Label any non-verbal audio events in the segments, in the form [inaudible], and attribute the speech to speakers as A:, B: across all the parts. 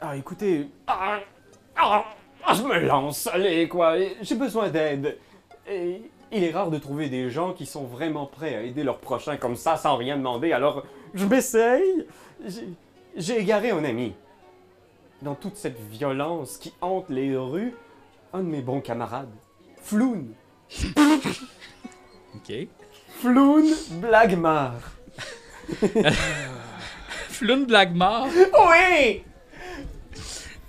A: Ah, écoutez. Ah, ah, ah, je me lance, allez, quoi. J'ai besoin d'aide. Et il est rare de trouver des gens qui sont vraiment prêts à aider leur prochain comme ça sans rien demander, alors je m'essaye. J'ai- J'ai égaré un ami. Dans toute cette violence qui hante les rues, un de mes bons camarades, Floun,
B: Ok.
A: Floun Blagmar.
B: Floune Blagmar.
A: Oui!
B: Ah,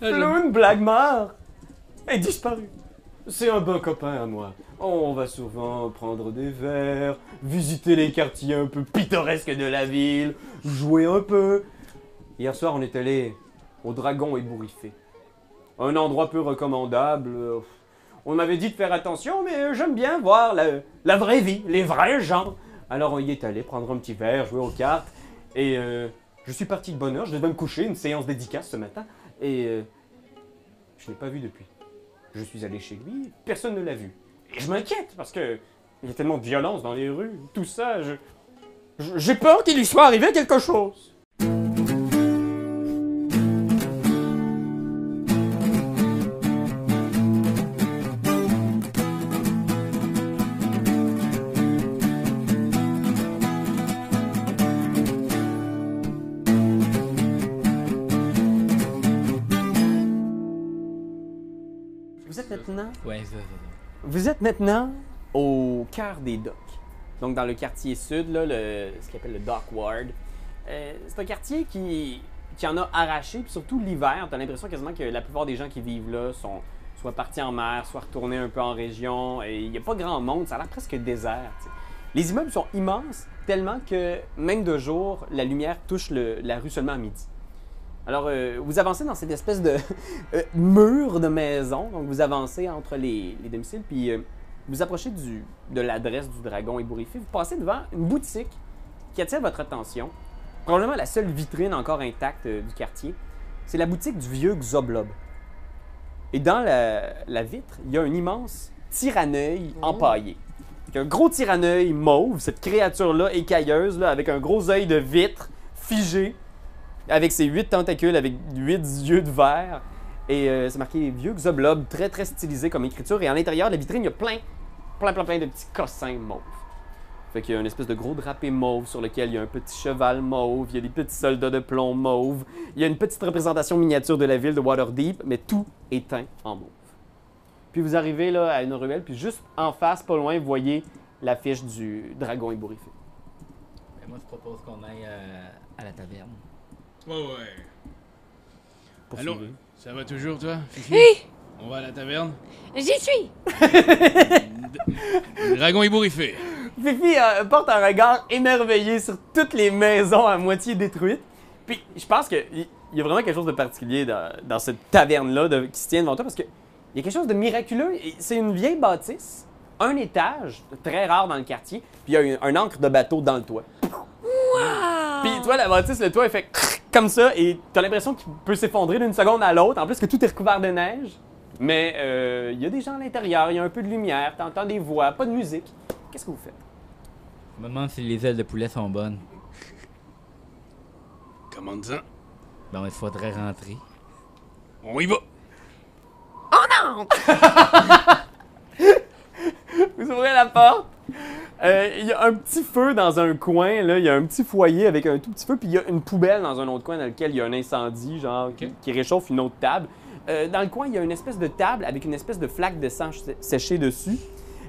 B: j'aime-
A: Floun Blagmar est disparu. C'est un bon copain à moi. On va souvent prendre des verres, visiter les quartiers un peu pittoresques de la ville, jouer un peu. Hier soir, on est allé au Dragon ébouriffé. Un endroit peu recommandable. Euh, On m'avait dit de faire attention, mais j'aime bien voir la, la vraie vie, les vrais gens. Alors on y est allé prendre un petit verre, jouer aux cartes. Et euh, je suis parti de bonne heure, je devais me coucher, une séance dédicace ce matin. Et euh, je n'ai pas vu depuis. Je suis allé chez lui, personne ne l'a vu. Et je m'inquiète parce que il y a tellement de violence dans les rues, tout ça. je- je- j'ai peur qu'il lui soit arrivé quelque chose. Vous êtes maintenant
B: Ouais, ça, ça, ça.
A: Vous êtes maintenant au cœur des docks. Donc, dans le quartier sud, là, le- ce qu'on appelle le Dock Ward. Euh, c'est un quartier qui, qui en a arraché, puis surtout l'hiver. T'as l'impression quasiment que la plupart des gens qui vivent là sont soit partis en mer, soit retournés un peu en région. Et il n'y a pas grand monde, ça a l'air presque désert. tu sais. Les immeubles sont immenses, tellement que même de jour, la lumière touche le- la rue seulement à midi. Alors, euh, vous avancez dans cette espèce de euh, mur de maison. Donc, vous avancez entre les, les domiciles, puis euh, vous approchez du, de l'adresse du dragon ébouriffé. Vous passez devant une boutique qui attire votre attention. Probablement la seule vitrine encore intacte euh, du quartier. C'est la boutique du vieux Xoblob. Et dans la, la vitre, il y a un immense tyranneuil empaillé. Donc, un gros tyranneuil mauve, cette créature-là écailleuse, là, avec un gros œil de vitre figé avec ses huit tentacules, avec huit yeux de verre. Et euh, c'est marqué vieux Xoblob, très très stylisé comme écriture. Et à l'intérieur de la vitrine, il y a plein, plein, plein, plein de petits cossins mauves. Fait qu'il y a une espèce de gros drapé mauve sur lequel il y a un petit cheval mauve, il y a des petits soldats de plomb mauve, il y a une petite représentation miniature de la ville de Waterdeep, mais tout est teint en mauve. Puis vous arrivez là à une ruelle, puis juste en face, pas loin, vous voyez l'affiche du dragon ébouriffé.
B: Ben, moi, je propose qu'on aille euh, à la taverne.
C: Ouais, ouais. Allons.
A: Poursuivez.
C: Ça va toujours, toi Fifi
D: Oui,
C: On va à la taverne
D: j'y suis.
C: Dragon ébouriffé.
A: Fifi euh, porte un regard émerveillé sur toutes les maisons à moitié détruites. Puis je pense qu'il y, y a vraiment quelque chose de particulier dans, dans cette taverne-là de- qui se tient devant toi parce qu'il y a quelque chose de miraculeux. Et C'est une vieille bâtisse, un étage, très rare dans le quartier, puis il y a une- un ancre de bateau dans le toit. Puis tu vois, la bâtisse, le toit, est fait comme ça et t'as l'impression qu'il peut s'effondrer d'une seconde à l'autre. En plus que tout est recouvert de neige. Mais euh, il y a des gens à l'intérieur, il y a un peu de lumière, t'entends des voix, pas de musique. Qu'est-ce que vous faites?
B: Je me demande si les ailes de poulet sont bonnes.
C: Commande-en.
B: Ben, il faudrait rentrer.
C: On y va.
A: Vous ouvrez la porte. Euh, Il y a un petit feu dans un coin, là. Il y a un petit foyer avec un tout petit feu, puis il y a une poubelle dans un autre coin dans lequel il y a un incendie, genre, qui, qui réchauffe une autre table. Euh, dans le coin, il y a une espèce de table avec une espèce de flaque de sang sé- séchée dessus.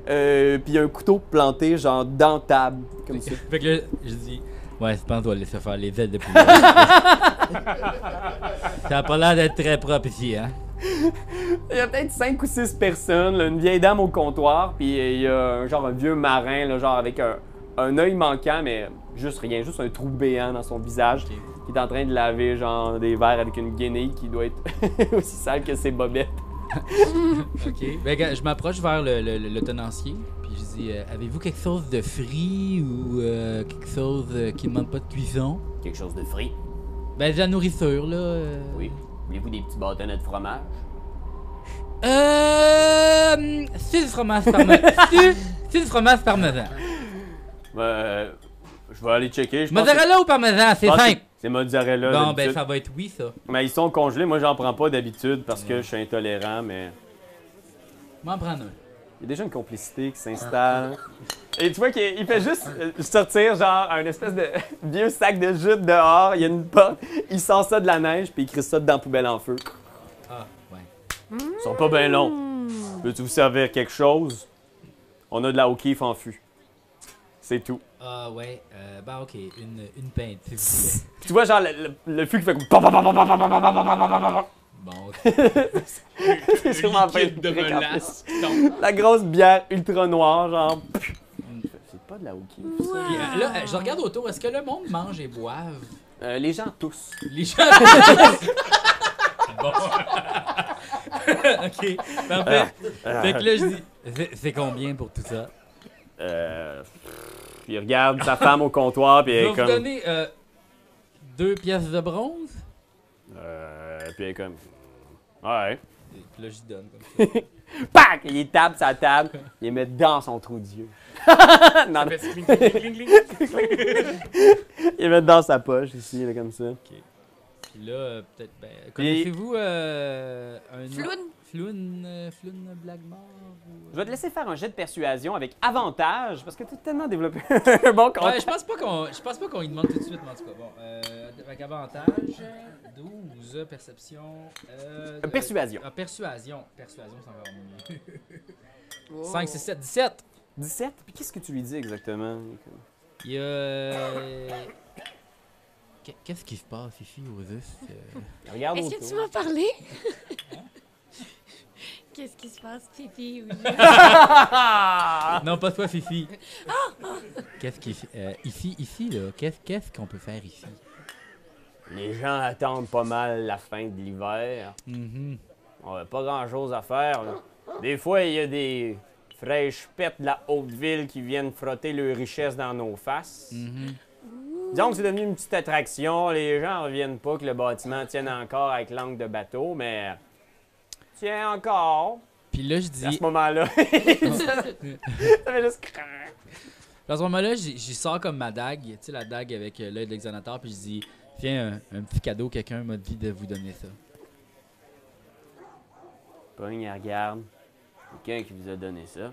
A: Euh, puis il y a un couteau planté, genre, dans table, comme ça.
B: Fait que là, je dis, ouais, je pense qu'on doit laisser faire les ailes de poulet. ça a pas l'air d'être très propre ici, hein.
A: Il y a peut-être cinq ou six personnes, là, une vieille dame au comptoir, puis euh, il y a un, genre un vieux marin, là, genre avec un, un œil manquant, mais juste rien, juste un trou béant dans son visage,
B: Ok.
A: qui est en train de laver genre des verres avec une guenille qui doit être [laughs] aussi sale que ses bobettes.
B: Ok. Ben, gars, je m'approche vers le, le- le- le tenancier, puis je dis, euh, avez-vous quelque chose de frit ou euh, quelque chose euh, qui ne demande pas de cuisson?
A: Quelque chose de frit,
B: Ben, de la nourriture, là. euh.
A: Voulez-vous des petits bâtonnets de fromage?
B: Euh. C'est du fromage parmesan. C'est- C'est du fromage parmesan.
A: Ben, euh, je vais aller checker. Je pense que-
B: Mozzarella ou parmesan,
A: je
B: c'est
A: pense que Ah,
B: simple.
A: c'est- Les mozzarella.
B: Bon, ben
A: d'habitude.
B: ça va être oui, ça.
A: Mais ils sont congelés. Moi, j'en prends pas d'habitude parce que je suis intolérant, mais
B: M'en prendre un.
A: il y a déjà une complicité qui s'installe. Et tu vois qu'il il fait juste euh, sortir, genre, un espèce de [laughs] vieux sac de jute dehors. Il y a une porte. Il sort ça de la neige, puis il crie ça dans la poubelle en feu.
B: Ah, ouais.
A: Ils sont pas bien longs.
C: Hmm.
A: Veux-tu vous servir quelque chose? On a de la hockey en fût. C'est tout.
B: Ah, ouais. Euh, bah, ok. Une, une pinte, s'il vous plaît.
A: Puis tu vois, genre, le, le- le fût qui fait comme. pam, pam, pam, pam, pam, pam, pam, pam, pam, pam, pam, pam.
B: Bon, ok.
A: C'est sûrement
C: Le liquide
A: pas
C: de
A: une brique en
C: menace. Donc,
A: La grosse bière ultra noire, genre. C'est pas de la hockey.
B: Puis, euh, là, euh, je regarde autour. Est-ce que le monde mange et boive?
A: Euh, les gens tous.
B: Les gens. bon. [laughs] ok, parfait.
A: Ah,
B: Fait que là, je dis. c'est- C'est combien pour tout ça?
A: Euh, pff, il regarde sa femme au comptoir, puis
B: Je
A: elle
B: vais
A: est
B: vous
A: comme.
B: donner euh, deux pièces de bronze.
A: Euh, puis elle est comme. Ouais.
B: Et puis là, je lui donne comme ça.
A: Pac! Il les tape sa table, il les met dans son trou d'yeux. non, non,
C: fait cling, cling, cling, cling.
A: [laughs] il les met dans sa poche ici, là, comme ça.
B: Puis là, euh, peut-être. Ben, connaissez-vous euh, un.
D: Floune?
B: Floune, euh, Floune Blackmore? ou, euh,
A: Je vais te laisser faire un jet de persuasion avec avantage, parce que tu as tellement développé [laughs] un bon compte.
B: Ouais, je pense pas qu'on je pense pas qu'on lui demande tout de suite, mais en tout cas. Bon, euh, avec avantage, 12, perception. Euh,
A: Euh, Persuasion.
B: Ah, persuasion. Persuasion, c'est encore mieux.
E: Oh.
D: Wow.
B: 5, 6, 7, 17.
A: 17, puis qu'est-ce que tu lui dis exactement?
B: Il y a. Qu'est- Qu'est-ce qui se passe ici, Osus?
A: Il Regarde
D: Est-ce
A: autour.
D: que tu m'as parlé? [laughs] Qu'est-ce qui se passe, Fifi? Oui.
B: non, pas toi, Fifi. Qu'est-ce qui. euh, ici, ici, là. Qu'est-ce qu'est-ce qu'on peut faire ici?
A: Les gens attendent pas mal la fin de l'hiver.
B: Mhm.
A: On a pas grand-chose à faire. là. Des fois, il y a des fraîches pètes de la haute ville qui viennent frotter leurs richesses dans nos faces.
B: mhm.
A: Disons que c'est devenu une petite attraction. Les gens reviennent pas que le bâtiment tienne encore avec l'angle de bateau, mais tiens encore.
B: Puis là, je
A: À ce
B: dis.
A: moment-là, [laughs] ça fait juste crrrr.
B: Dans ce moment-là, j'y j'y sors comme ma dague, tu sais, la dague avec euh, l'œil de l'exonateur, puis je dis Tiens, un, un petit cadeau, quelqu'un m'a dit de vous donner ça.
A: Pogne, elle regarde. Quelqu'un qui vous a donné ça.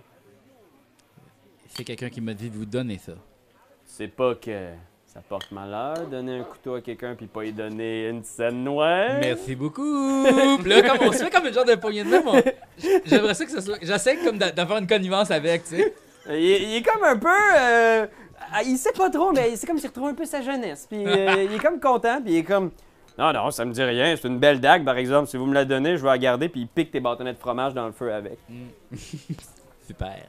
B: C'est quelqu'un qui m'a dit de vous donner ça.
A: Euh. C'est pas que ça porte malheur, donner un couteau à quelqu'un puis pas lui donner une scène noire.
B: Merci beaucoup! Puis là, comme on se fait comme une genre de poignée de main, moi, j'aimerais ça que ça soit. J'essaie comme d'a- d'avoir une connivence avec, tu sais.
A: Il, il est comme un peu. euh, il sait pas trop, mais c'est comme s'il retrouve un peu sa jeunesse. Puis euh, il est comme content, puis il est comme. Non, non, ça me dit rien. C'est une belle dague, par exemple. Si vous me la donnez, je vais la garder, puis il pique tes bâtonnets de fromage dans le feu avec.
B: Super.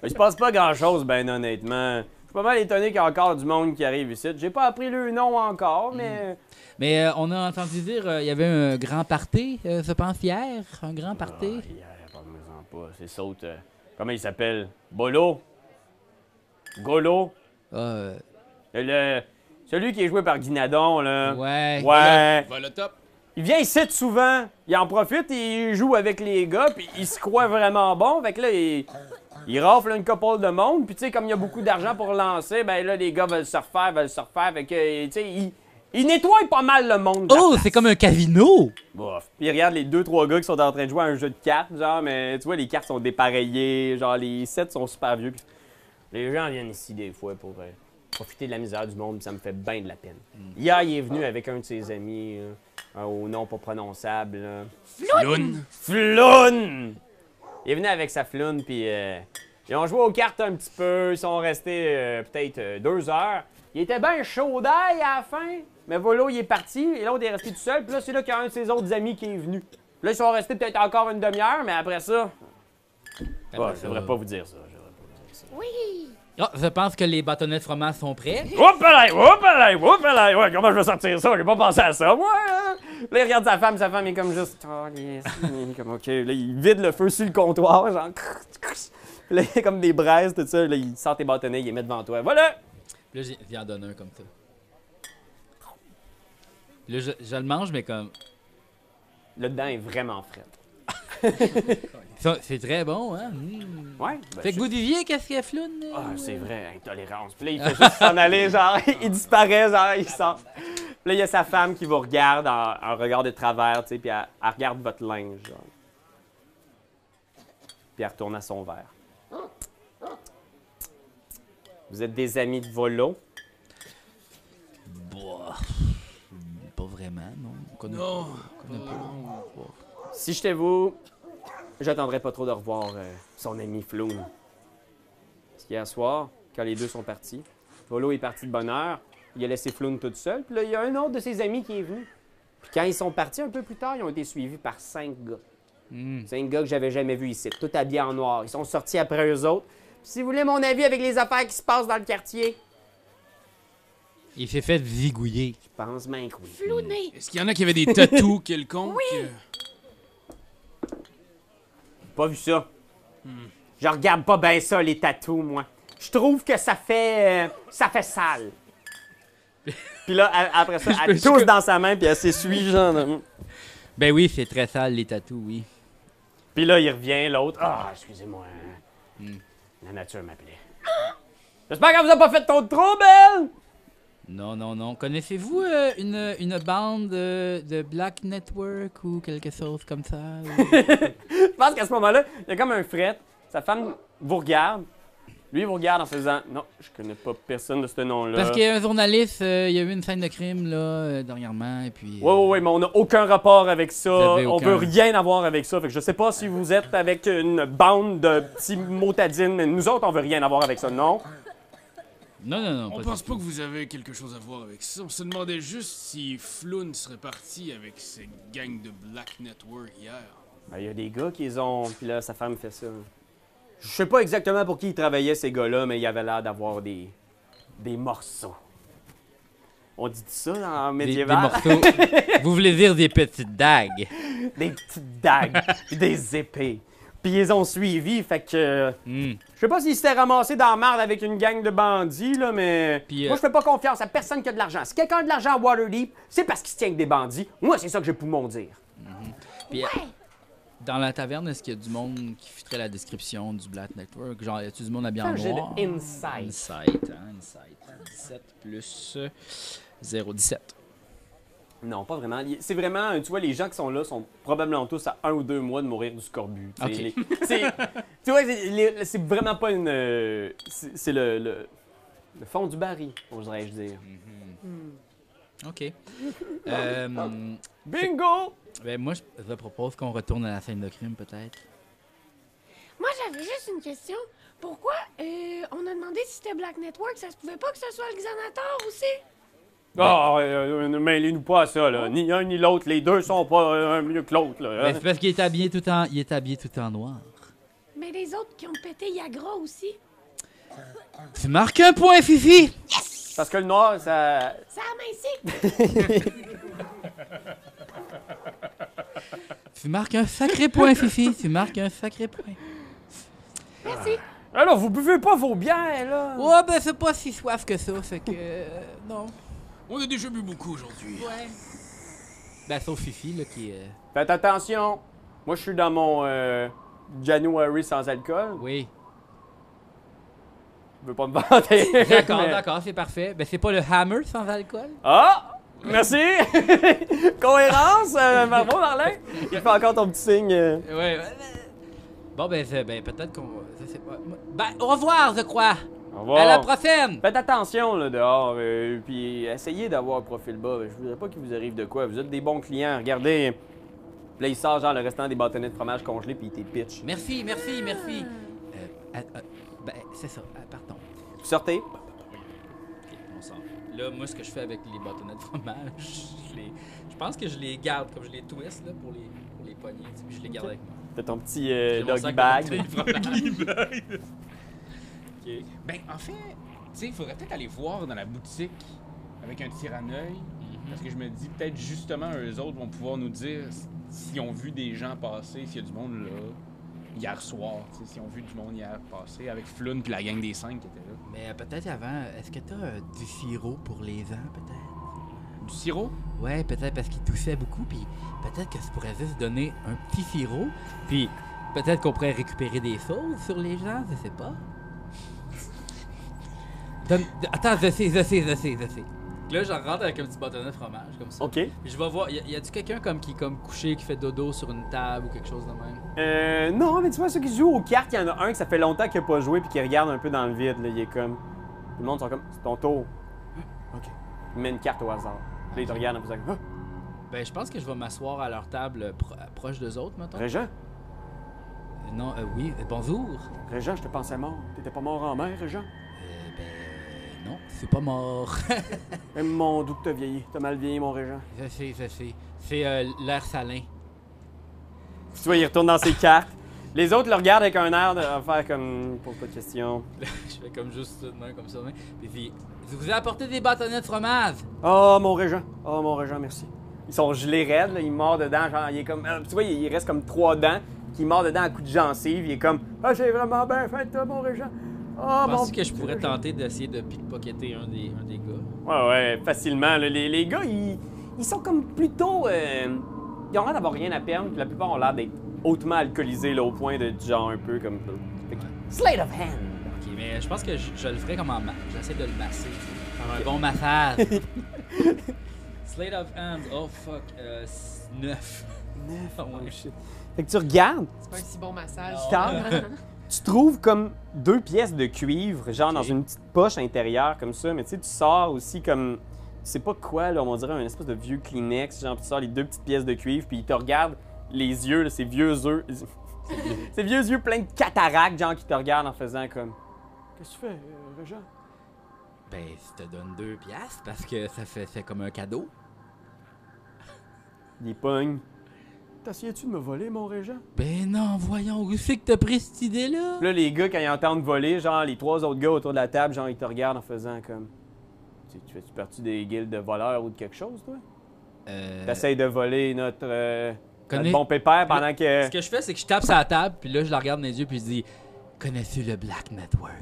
A: Mais je pense pas grand-chose, ben honnêtement. Je suis pas mal étonné qu'il y a encore du monde qui arrive ici. J'ai pas appris le nom encore, mais.
B: Mais euh, on a entendu dire euh, il y avait un grand party, euh, je pense, hier. Un grand party.
A: Ah, yeah, parle-moi-en pas. C'est saute. euh, comment il s'appelle Bolo Golo
B: Ah, euh,
A: Le- Celui qui est joué par Guinadon, là.
B: ouais.
A: Ouais.
C: Voilà, top.
A: Il vient ici souvent. Il en profite, il joue avec les gars, puis il se croit vraiment bon. Fait que là, il, il rafle une couple de monde. Puis tu sais, comme il y a beaucoup d'argent pour lancer, ben là, les gars veulent se refaire, veulent se refaire. Fait que, tu sais, il, il nettoie pas mal le monde. de la
B: Oh,
A: place.
B: c'est comme un casino!
A: Bof. Puis il regarde les deux, trois gars qui sont en train de jouer à un jeu de cartes, genre, mais tu vois, les cartes sont dépareillées, genre, les sets sont super vieux. puis Les gens viennent ici des fois pour euh, profiter de la misère du monde, puis ça me fait bien de la peine. Hier, il est venu avec un de ses amis, euh, un au nom pas prononçable. là.
C: Loun.
A: Floune! Il est venu avec sa floune, puis euh, ils ont joué aux cartes un petit peu. Ils sont restés euh, peut-être euh, deux heures. Il était bien chaud d'ail à la fin, mais Volo, il est parti, et l'autre est resté tout seul. Puis là, c'est là qu'il y a un de ses autres amis qui est venu. Puis là, ils sont restés peut-être encore une demi-heure, mais après ça... Ouais, je devrais pas vous dire ça. je devrais pas vous dire ça.
D: Oui.
B: Ah, je pense que les bâtonnets de fromage sont prêts.
A: Oups là, oups là, oups là, ouais, comment je vais sortir ça? J'ai pas pensé à ça, moi! hein? Là, il regarde sa femme, sa femme est comme juste. Oh, yes, mm, comme, ok. Là, il vide le feu sur le comptoir, genre. crrr, crrr. Là, il y a comme des braises, tout ça. Là, il sort tes bâtonnets, il les met devant toi. Voilà!
B: Puis là, j'ai- j'y en donne un comme ça. Puis là, je, je le mange, mais comme.
A: Le dedans est vraiment frais.
B: Ça, C'est très bon, hein? Mm.
A: Ouais? ben,
B: fait que
A: je-
B: vous disiez qu'est-ce qu'il y a floune? euh?
A: [laughs] Ah, c'est vrai, intolérance. Puis là, il fait juste s'en aller, genre, il disparaît, genre, il sort. Puis là, il y a sa femme qui vous regarde en, en regard de travers, tu sais, puis elle, elle regarde votre linge. genre. Puis elle retourne à son verre. Vous êtes des amis de Volo.
B: Boah. Pas vraiment, non. On connaît
C: Non.
B: pas- on connaît pas.
A: Si j'étais vous, j'attendrais pas trop de revoir euh, son ami Floon. Parce qu'hier soir, quand les deux sont partis, Volo est parti de bonne heure, il a laissé Floon toute seule, puis là, il y a un autre de ses amis qui est venu. Puis quand ils sont partis un peu plus tard, ils ont été suivis par cinq gars.
B: Hmm.
A: C'est un gars que j'avais jamais vu ici, tout habillé en noir. Ils sont sortis après eux autres. Puis si vous voulez mon avis avec les affaires qui se passent dans le quartier,
B: Il s'est fait zigouiller.
A: je pense bien que oui.
D: Flouné.
C: Est-ce qu'il y en a qui avaient des tatous quelconques? Oui.
A: Pas vu ça. Je regarde pas bien ça, les tatous, moi. Je trouve que ça fait. euh, ça fait sale. puis là, a- après ça,
C: peux-
A: elle
C: je
A: tousse
C: peux-
A: dans sa main, puis elle s'essuie, genre. de-
B: Ben oui, c'est très sale, les tatous, oui.
A: Puis là, il revient, l'autre. Ah, excusez-moi. La nature m'appelait. J'espère qu'elle vous a pas fait trop de trouble!
B: Non, non, non. Connaissez-vous euh, une, une bande euh, de Black Network ou quelque chose comme ça? [laughs] ou-
A: Je pense qu'à ce moment-là, il y a comme un fret. Sa femme vous regarde. Lui, il vous regarde en faisant Non, je connais pas personne de ce nom-là.
B: Parce qu'il y a un journaliste, euh, il y a eu une scène de crime, là, euh, dernièrement, et puis... euh,
A: Ouais, ouais, ouais, mais on n'a aucun rapport avec ça.
B: Vous avez
A: On
B: aucun-
A: veut rien avoir avec ça. Fait que je sais pas si vous êtes avec une bande de petits motadines, mais nous autres, on veut rien avoir avec ça, non?
B: Non, non, non.
C: On
B: du
C: pense pas
B: tout.
C: que vous avez quelque chose à voir avec ça. On se demandait juste si Floon serait parti avec cette gang de Black Network hier.
A: Ben, il y a des gars qui les ont. Puis là, sa femme fait ça. Je sais pas exactement pour qui ils travaillaient, ces gars-là, mais il avait l'air d'avoir des. des morceaux. On dit ça en
B: Des- Des,
A: médiéval?
B: morceaux. vous voulez dire des petites dagues?
A: des petites
B: [laughs]
A: dagues, puis des épées. Puis ils ont suivi, fait que.
B: Hmm.
A: Je sais pas s'ils s'étaient ramassés dans la marde avec une gang de bandits, là, mais.
B: Puis, euh,
A: Moi, je fais pas confiance à personne qui a de l'argent. Si quelqu'un a de l'argent à Waterdeep, c'est parce qu'il se tient avec des bandits. Moi, c'est ça que j'ai pour mon dire.
B: Puis, euh, dans la taverne, est-ce qu'il y a du monde qui fitterait la description du Black Network? Genre, y a-tu du monde habillé en
A: Un jeu
B: noir?
A: de insight.
B: Insight, hein, insight. 17 plus 017.
A: Non, pas vraiment. C'est vraiment, tu vois, les gens qui sont là sont probablement tous à un ou deux mois de mourir du scorbut. Tu sais,
B: Ok.
A: les- c'est- tu vois, c'est- les- c'est vraiment pas une. euh, C'est c'est le, le, le fond du baril, oserais-je dire. [laughs]
B: OK. Euh,
A: Bingo!
B: ben, moi, je je propose qu'on retourne à la scène de crime, peut-être.
D: Moi, j'avais juste une question. Pourquoi euh, on a demandé si c'était Black Network? Ça se pouvait pas que ce soit le Xanator aussi?
A: Ah, euh, euh, ne mêlez-nous pas à ça, là. Ni un ni l'autre. Les deux sont pas euh, un mieux que l'autre, là.
B: Ben, c'est parce qu'il est habillé tout en, il est habillé tout en noir.
D: Mais les autres qui ont pété Yagra aussi.
B: Tu marques un point, Fifi!
A: Parce que le noir, ça.
D: Ça amincit!
B: Tu marques un sacré point, Fifi! Tu marques un sacré point.
D: Merci.
E: Ah,
A: Alors, vous buvez pas vos bières, là.
B: Ouais, ben c'est pas si soif que ça, fait que... euh, non.
C: On a déjà bu beaucoup aujourd'hui.
B: Ben sauf Fifi, là, qui est...
A: Faites attention. Moi, je suis dans mon euh, January sans alcool.
B: [laughs] Oui.
A: Je veux pas me [laughs] vanter.
B: D'accord,
A: mais-
B: d'accord, c'est parfait. Ben c'est pas le hammer sans alcool?
A: Ah! Merci! [laughs] Cohérence, euh, bravo, Marlin! Il fait encore ton petit signe. euh.
B: Ouais, ouais. Bon, ben, c'est- ben peut-être qu'on... ça, c'est pas- Ben, au revoir, je crois!
A: Au revoir.
B: À la prochaine!
A: Faites attention, là, dehors. euh, puis essayez d'avoir un profil bas. Je voudrais pas qu'il vous arrive de quoi. Vous êtes des bons clients. Regardez. Puis là, il sort, genre, le restant des bâtonnets de fromage congelés, puis il t'est pitch.
B: Merci, merci, merci. Euh, à- à- ben, c'est ça, à- partons.
A: Vous sortez.
B: Ok, on sort. Là, moi, ce que je fais avec les bâtonnets de fromage, je, les, je pense que je les garde, comme je les twist là, pour, les, pour les pogner, tu sais, puis je les garde avec moi.
A: T'as ton petit euh,
B: J'ai mon
A: doggy
B: sac de
A: bag.
B: bâtonnets de fromage.
C: Ben, en fait, tu sais, il faudrait peut-être aller voir dans la boutique avec un tir à l'œil.
B: [laughs]
C: Parce que je me dis, peut-être justement, eux autres vont pouvoir nous dire s- s'ils ont vu des gens passer, s'il y a du monde là, hier soir, tu sais, s'ils ont vu du monde hier passer, avec Floon puis la gang des cinq qui était là.
B: Mais euh, peut-être avant, est-ce que t'as euh, du sirop pour les ans, peut-être?
C: Du sirop?
B: Ouais, peut-être parce qu'ils toussaient beaucoup, puis peut-être que ça pourrait juste donner un petit sirop, puis peut-être qu'on pourrait récupérer des sauces sur les gens, je sais pas. Donne- attends, je sais, Oh. je sais, je sais, je sais. que là, j'en rentre avec un petit bâtonnet de fromage, comme ça.
A: OK.
B: Puis Je vais voir, y a- y a-tu quelqu'un comme qui est comme couché, qui fait dodo sur une table ou quelque chose de même?
A: Euh, non, mais tu vois, ceux qui jouent aux cartes, il y en a un que ça fait longtemps qu'il n'a pas joué puis qui regarde un peu dans le vide. Là. Il est comme. Tout le monde sont comme, c'est ton tour.
B: Hein?
A: OK. Il met une carte au hasard. Puis là, il te regarde en faisant comme, Ah,
B: Ben, je pense que je vais m'asseoir à leur table euh, pro- proche d'eux autres, mettons.
A: Ah, Régent,
B: Euh, Non, euh, oui, euh, bonjour.
A: Régent, je te pensais mort. T'étais pas mort en mer, Régent?
B: Euh, ben, euh, non, c'est pas mort. [laughs]
A: Eh, mon doux que t'as vieilli. T'as mal vieilli, mon Régent.
B: je sais, je sais. C'est euh, l'air salin. [laughs]
A: Puis tu vois, il retourne dans ses cartes. Les autres le regardent avec un air de à faire comme, pose pas de questions.
B: je fais comme juste une main comme ça, mais. Puis, puis, je vous ai apporté des bâtonnets de fromage.
A: Oh, mon régent. Oh, mon régent, merci. Ils sont gelés raides, là. Il mord dedans. Genre, il est comme. euh, Tu vois, il il reste comme trois dents. Qui mord dedans à coups de gencive. Il est comme. Ah, j'ai vraiment bien fait, toi, mon régent. Oh, mon.
B: Penses-tu que je
A: petit
B: pourrais
A: régent.
B: tenter d'essayer de pickpocketer un des, un des gars?
A: Ouais, ouais, facilement. là. Les, les gars, ils, ils sont comme plutôt. euh, ils ont l'air d'avoir rien à perdre. puis la plupart ont l'air d'être hautement alcoolisés, là, au point de genre un peu comme. Fait que- Slate of hand.
B: Ok, mais je pense que je, je le ferai comme en masse. J'essaie de le masser. Faire un bon [laughs] massage. Slate of Hand, oh fuck, euh, 9. [laughs]
A: Neuf.
B: Oh, ouais.
A: Oh, shit. Fait que tu regardes.
E: C'est pas un si bon massage.
B: Non.
A: table, tu trouves comme deux pièces de cuivre, genre dans
B: Ok.
A: une petite poche intérieure comme ça, mais tu sais, tu sors aussi comme, tu sais pas quoi, là, on dirait un espèce de vieux Kleenex, genre, puis tu sors les deux petites pièces de cuivre, puis ils te regardent les yeux, là, ces vieux yeux, [laughs] ces vieux yeux pleins de cataractes, genre, qui te regardent en faisant comme, qu'est-ce que tu fais, euh, Réjean?
B: Ben, je te donne 2 piastres parce que ça fait, fait comme un cadeau.
A: Il pogne. T'essayais-tu de me voler, mon Régent?
B: Ben non, voyons, où c'est que t'as pris cette idée-là?
A: Puis là, les gars, quand ils entendent voler, genre, les trois autres gars autour de la table, genre, ils te regardent en faisant comme, tu tu fais-tu partie des guildes de voleurs ou de quelque chose, toi?
B: Euh,
A: T'essayes de voler notre, euh,
B: Connais-
A: notre bon pépère pendant que.
B: ce que je fais, c'est que je tape sur la table, puis là, je la regarde dans les yeux, puis je dis Connais-tu le Black Network?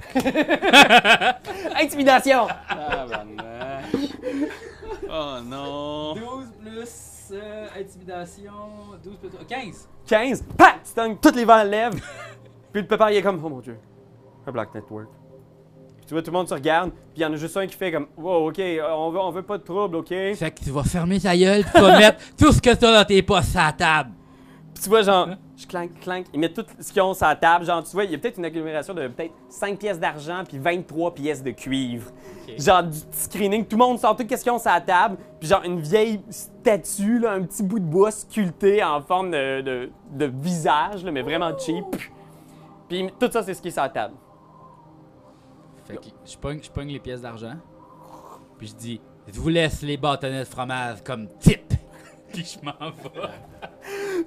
B: [laughs]
A: Intimidation!
C: [laughs] Tabarnak. oh non.
B: 12 plus euh, intimidation, 12 plus 15.
A: 15, pat! Tu tangues toutes les vents lèvres.
B: [laughs]
A: Puis le pépère, il est comme, oh mon dieu, un Black Network. Puis tu vois, tout le monde se regarde, puis il y en a juste un qui fait comme, wow, ok, on veut, on veut pas de trouble, ok? Puis
B: Fait que tu vas fermer ta gueule, puis tu vas mettre [laughs] tout ce que t'as dans tes poches à la table.
A: tu vois, genre, je clank, clank, ils mettent tout ce qu'ils ont sur la table, genre, tu vois, il y a peut-être une agglomération de peut-être 5 pièces d'argent, puis 23 pièces de cuivre. Genre, du petit screening, tout le monde sort tout ce qu'ils ont sur la table, puis genre, une vieille statue, là, un petit bout de bois sculpté en forme de, de- de visage, là, mais vraiment cheap. Puis tout ça, c'est ce qui est sur la table.
B: Fait que je pogne, je pogne les pièces d'argent. Puis je dis, je vous laisse les bâtonnets de fromage comme type. puis je m'en vais.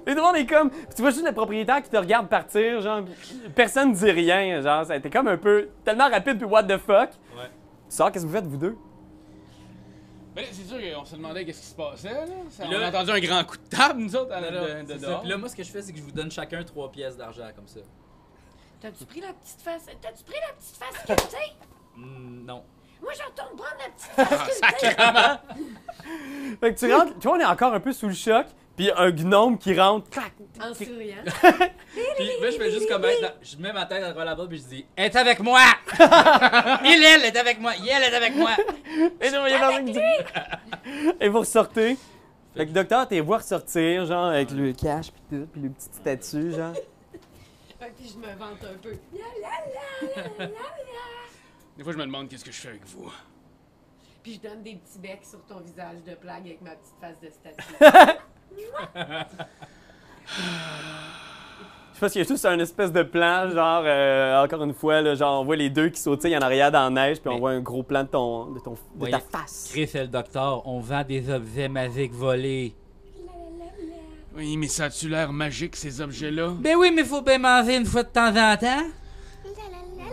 A: Et tout le monde est comme. Puis tu vois juste le propriétaire qui te regarde partir, genre. puis Personne dit rien, genre. Ça a été comme un peu. tellement rapide, puis what the fuck.
B: Ouais.
A: Tu sors, qu'est-ce que vous faites, vous deux?
C: Ben là, c'est sûr qu'on se demandait qu'est-ce qui se passait, là. Ça-
B: Là-
C: On a entendu un grand coup de table, nous autres, à la- de, de
B: C'est ça.
C: dehors.
B: Puis là, moi, ce que je fais, c'est que je vous donne chacun trois pièces d'argent comme ça.
D: T'as-tu pris la petite face. T'as-tu pris la petite face sculptée?
B: Mm, non.
D: Moi, je retourne prendre la petite
E: [laughs]
D: face sculptée.
A: Fait que tu rentres, tu vois, on est encore un peu sous le choc, puis un gnome qui rentre, clac!
D: en souriant.
B: Puis moi, je fais juste comme être dans- Je mets ma tête à travers la barre, puis je dis, Elle est avec [laughs] moi! Il, elle est avec moi! Il, elle est avec moi!
A: Et non, il est parti avec du- Ah, Et vous ressortez. Fait que docteur, t'es voir ressortir, genre, avec le cash, puis tout, puis le petit statut, genre.
E: Fait que je me vante un peu.
C: Des fois, je me demande qu'est-ce que je fais avec vous.
E: Puis je donne des petits becs sur ton visage de plague avec ma petite face de
D: [laughs]
E: statue.
A: Je pense qu'il y a juste un espèce de plan, genre, euh, encore une fois, là, genre, on voit les deux qui sautillent en arrière dans la neige, puis on
B: Mais-
A: voit un gros plan de, ton, de, ton, de
B: Voyez.
A: ta face.
B: Chris et le docteur, on vend des objets magiques volés.
C: Oui, mais ça a-tu l'air magique, ces objets-là?
B: Ben oui, mais faut bien manger une fois de temps en temps.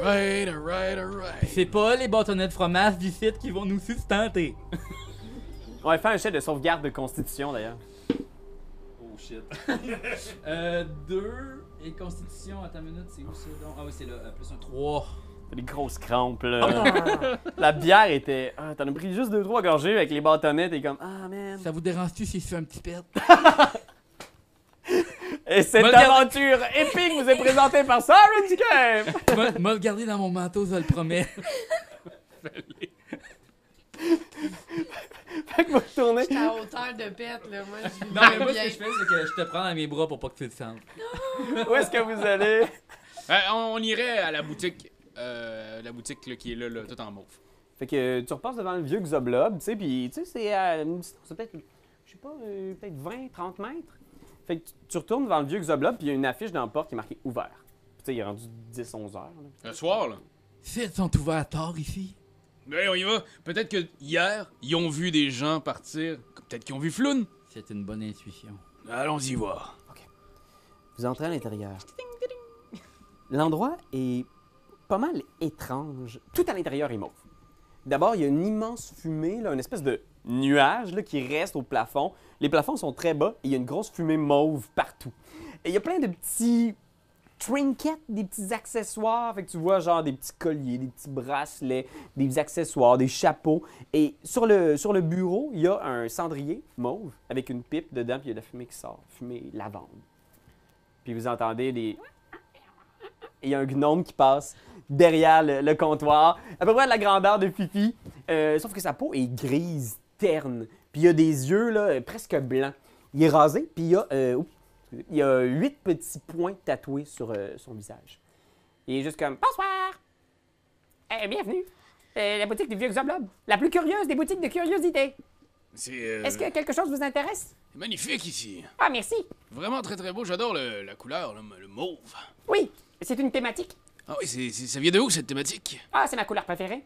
C: Right, alright, alright.
B: C'est pas les bâtonnets de fromage du site qui vont nous sustenter.
A: On va faire un chef de sauvegarde de constitution, d'ailleurs.
B: Oh shit. euh, 2 et constitution, attends une minute, c'est où ça donc? Ah oui, c'est là, euh, plus un 3.
A: T'as des grosses crampes, là. La bière était. Ah, t'en as pris juste deux, trois gorgées avec les bâtonnets, t'es comme, ah, man.
B: Ça vous dérange-tu si je fais un petit [laughs] pet?
A: Et cette
B: Bonne garde-
A: aventure épique vous est présentée par Siren's [laughs] Game!
B: M'a regardé dans mon manteau, je le promets.
A: Jack va retourner.
E: J'étais à hauteur de bête, là. Moi, je
B: Non, mais moi, ce que je fais, c'est que je te prends dans mes bras pour pas que tu le sentes.
A: Où est-ce que vous allez?
C: Euh, on, on irait à la boutique. euh, la boutique là, qui est là, là, tout en mauve.
A: Fait que tu repasses devant le vieux Xoblob, tu sais, puis tu sais, c'est à une distance de peut-être, je sais pas, euh, peut-être 20, 30 mètres. Fait que tu, tu retournes devant le vieux Xoblob, puis il y a une affiche dans la porte qui est marquée ouvert. Puis tu sais, il est rendu 10, 11 heures. là.
C: Le soir, là.
B: Ils sont ouverts à tort ici.
C: Ben, on y va. Peut-être que hier, ils ont vu des gens partir. Peut-être qu'ils ont vu Floun.
B: C'est une bonne intuition.
C: Allons-y voir.
A: Vous entrez à l'intérieur. L'endroit est pas mal étrange. Tout à l'intérieur est mauve. D'abord, il y a une immense fumée, là, une espèce de nuage là, qui reste au plafond. Les plafonds sont très bas et il y a une grosse fumée mauve partout. Et il y a plein de petits trinkets, des petits accessoires. Fait que tu vois genre des petits colliers, des petits bracelets, des accessoires, des chapeaux. Et sur le, sur le bureau, il y a un cendrier mauve avec une pipe dedans puis il y a de la fumée qui sort. Fumée lavande. Puis vous entendez des... Et il y a un gnome qui passe derrière le, le comptoir, à peu près de la grandeur de Fifi, euh, sauf que sa peau est grise, terne. Puis il a des yeux là, euh, presque blancs. Il est rasé, puis il y a, euh, oups, excusez, il y a huit petits points tatoués sur euh, son visage. Il est juste comme Bonsoir! Euh, bienvenue! Euh, la boutique du vieux Xoblob, la plus curieuse des boutiques de curiosités.
C: C'est euh,
A: Est-ce que quelque chose vous intéresse?
C: magnifique ici.
A: Ah, merci!
C: Vraiment très très beau. J'adore le- la couleur, le, le mauve.
A: Oui, c'est une thématique.
C: Ah oui, c'est- c'est- ça vient de où cette thématique
A: Ah, c'est ma couleur préférée.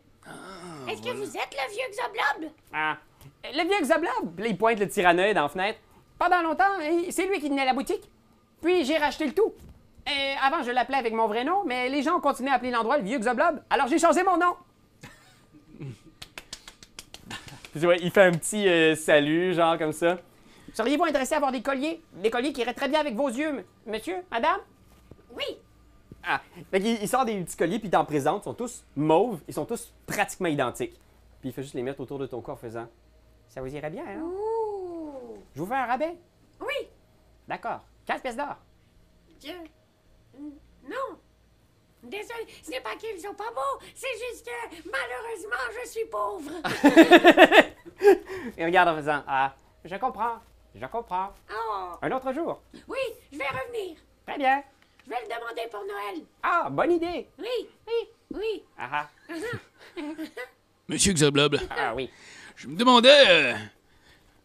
D: Est-ce que vous êtes le vieux Xoblob?
A: Ah. Le vieux Xoblob! Là, il pointe le tyranoïde dans la fenêtre. Pendant longtemps, il- c'est lui qui tenait la boutique. Puis j'ai racheté le tout. Et avant, je l'appelais avec mon vrai nom, mais les gens ont continué à appeler l'endroit le vieux Xoblob, alors j'ai changé mon [laughs] nom. il fait un petit euh, salut, genre comme ça. Seriez-vous intéressé à avoir des colliers? Des colliers qui iraient très bien avec vos yeux, m- monsieur, madame?
D: Oui.
A: Ah, fait qu'il il sort des petits colliers, puis il t'en présente. Ils sont tous mauves, ils sont tous pratiquement identiques. Puis il fait juste les mettre autour de ton corps en faisant Ça vous irait bien, hein?
D: Ouh.
A: Je vous fais un rabais.
D: Oui.
A: D'accord. 15 pièces d'or.
D: Je... Non. Désolée, ce n'est pas qu'ils sont pas beaux, c'est juste que malheureusement je suis [laughs] pauvre.
A: Il regarde en faisant Ah, je comprends. Je comprends.
D: Oh.
A: Un autre jour.
D: Oui, je vais revenir.
A: Très bien.
D: Je vais le demander pour Noël.
A: Ah, bonne idée.
D: Oui, oui, oui.
A: Ah, ah,
C: Monsieur Xoblob,
A: ah oui.
C: je me demandais euh,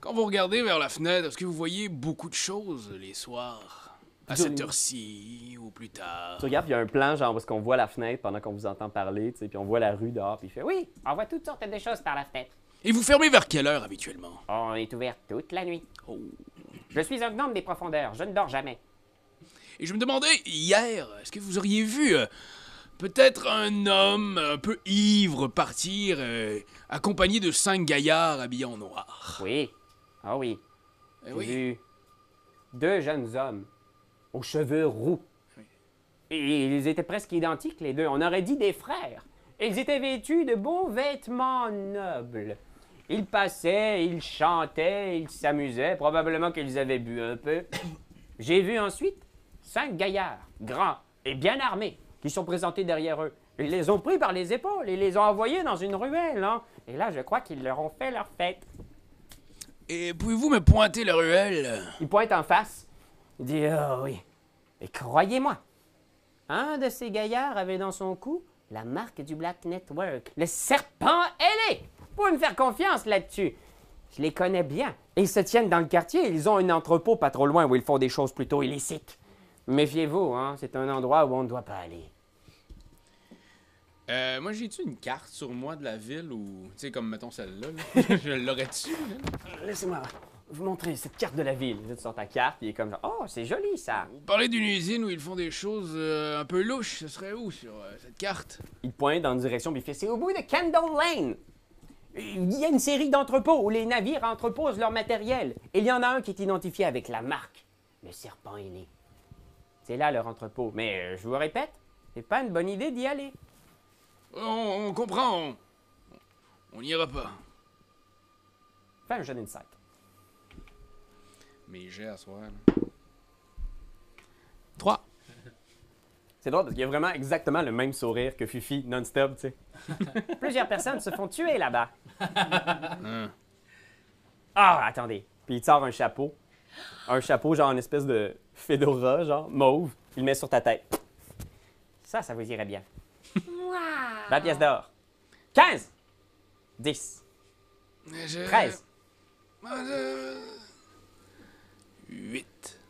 C: quand vous regardez vers la fenêtre, est-ce que vous voyez beaucoup de choses les soirs à
A: Je-
C: cette heure-ci ou plus tard
A: Tu regardes, puis il y a un plan, genre, parce qu'on voit la fenêtre pendant qu'on vous entend parler, tu sais, puis on voit la rue dehors, puis il fait Oui, on voit toutes sortes de choses par la fenêtre.
C: Et vous fermez vers quelle heure habituellement
A: On est ouvert toute la nuit.
C: Oh.
A: Je suis un gnome des profondeurs, je ne dors jamais.
C: Et je me demandais hier, est-ce que vous auriez vu euh, peut-être un homme un peu ivre partir, euh, accompagné de cinq gaillards habillés en noir
A: Oui. Ah oui.
C: Eh
A: J'ai
C: oui.
A: vu deux jeunes hommes aux cheveux roux.
C: Oui.
A: Et ils étaient presque identiques, les deux. On aurait dit des frères. Ils étaient vêtus de beaux vêtements nobles. Ils passaient, ils chantaient, ils s'amusaient. Probablement qu'ils avaient bu un peu. [coughs] J'ai vu ensuite cinq gaillards, grands et bien armés, qui sont présentés derrière eux. Ils les ont pris par les épaules et les ont envoyés dans une ruelle. hein. Et là, je crois qu'ils leur ont fait leur fête.
C: Et pouvez-vous me pointer la ruelle
A: Il pointe en face. Il dit Ah oui. Et croyez-moi, un de ces gaillards avait dans son cou la marque du Black Network, le serpent ailé. Vous pouvez me faire confiance là-dessus. Je les connais bien. Ils se tiennent dans le quartier. Ils ont un entrepôt pas trop loin où ils font des choses plutôt illicites. Méfiez-vous, hein, c'est un endroit où on ne doit pas aller.
C: Euh, moi, j'ai-tu une carte sur moi de la ville ou, tu sais, comme mettons celle-là, [laughs] là? je l'aurais-tu? là?
A: Laissez-moi vous montrer cette carte de la ville. Là, tu sors ta carte, il est comme genre, Oh, c'est joli ça.
C: Vous parlez d'une usine où ils font des choses euh, un peu louches, ce serait où sur euh, cette carte?
A: Il pointe dans une direction, puis il fait C'est au bout de Candle Lane. Il y a une série d'entrepôts où les navires entreposent leur matériel. Et il y en a un qui est identifié avec la marque, le serpent ailé. C'est là leur entrepôt. Mais euh, je vous répète, c'est pas une bonne idée d'y aller.
C: On, on comprend, on- on n'ira pas.
A: Fais un jeu d'insight.
C: Mais j'ai à soir, là.
B: 3.
A: C'est drôle parce qu'il y a vraiment exactement le même sourire que Fifi [laughs] non-stop, tu sais. Plusieurs personnes se font tuer là-bas. Ah, attendez. Puis il te sort un chapeau. Un chapeau, genre une espèce de fedora, genre mauve. Il le met sur ta tête. Ça, ça vous irait bien.
B: Bah-
D: Waouh!
A: 20 pièces d'or. 15! 10. 13.
C: 8.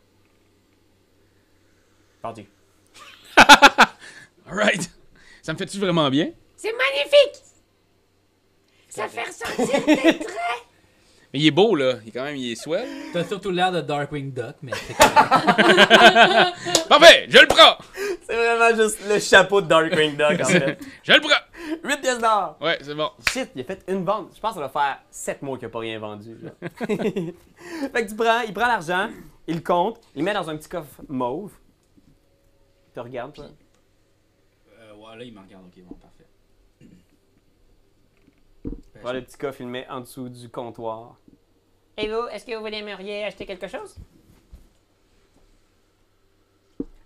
A: Pendu.
C: Alright. [laughs] Ça me fait-tu vraiment bien?
D: C'est magnifique! Ça fait ressortir tes traits!
C: Mais il est beau, là. Il est quand même, il est swell.
B: T'as surtout l'air de Darkwing Duck, mais c'est
C: Parfait, je le prends!
A: C'est vraiment juste le chapeau de Darkwing [laughs] Duck, en fait.
C: Je le prends!
A: 8 pièces d'or!
C: Ouais, c'est bon.
A: Shit, il a fait une vente. Je pense que ça va faire 7 mois qu'il n'a pas rien vendu. là. [laughs] fait que tu prends, il prend l'argent, il le compte, il le met dans un petit coffre mauve. Il te regarde, toi.
B: [laughs] Euh, ouais, là, il me regarde. Ok, bon, parfait. Ben,
A: Tu prends le petit coffre, il le met en dessous du comptoir.
F: Et vous, est-ce que vous aimeriez acheter quelque chose?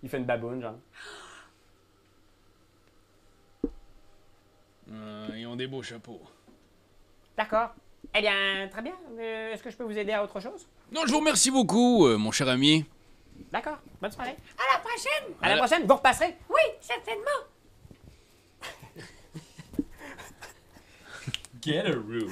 A: Il fait une baboune, genre.
C: Euh, ils ont des beaux chapeaux.
F: D'accord. Eh bien, très bien. Euh, est-ce que je peux vous aider à autre chose?
C: Non, je vous remercie beaucoup, euh, mon cher ami.
F: D'accord. Bonne soirée.
D: À la prochaine!
F: À la
C: Voilà.
F: prochaine, vous repasserez.
D: Oui, certainement!
B: Get a room.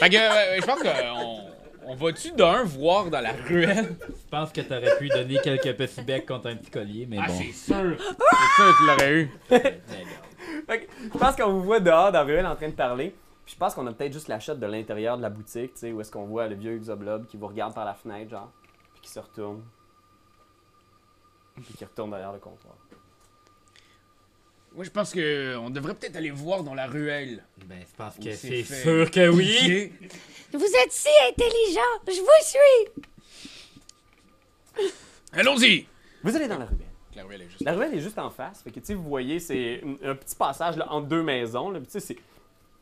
C: Fait que, euh, je pense qu'on on va-tu d'un voir dans la ruelle?
B: Je pense que t'aurais pu donner quelques petits becs contre un petit collier, mais bon.
C: Ah, sûr! C'est sûr que tu l'aurais eu.
B: Mais bon.
A: Fait que, je pense qu'on vous voit dehors dans la ruelle en train de parler. Puis je pense qu'on a peut-être juste la shot de l'intérieur de la boutique, tu sais, où est-ce qu'on voit le vieux Xoblob qui vous regarde par la fenêtre, genre, puis qui se retourne. Puis qui retourne derrière le comptoir.
C: Moi, je pense que on devrait peut-être aller voir dans la ruelle.
B: Ben, je pense
C: Ou
B: que c'est
C: c'est fait.
B: sûr que [laughs] oui.
C: Ok.
D: Vous êtes si intelligent! Je vous suis!
C: Allons-y!
A: Vous allez dans la ruelle.
C: La ruelle est juste.
A: La ruelle est juste en face. Fait que, tu sais, vous voyez, c'est un- un petit passage là, entre deux maisons. là, puis tu sais, c'est-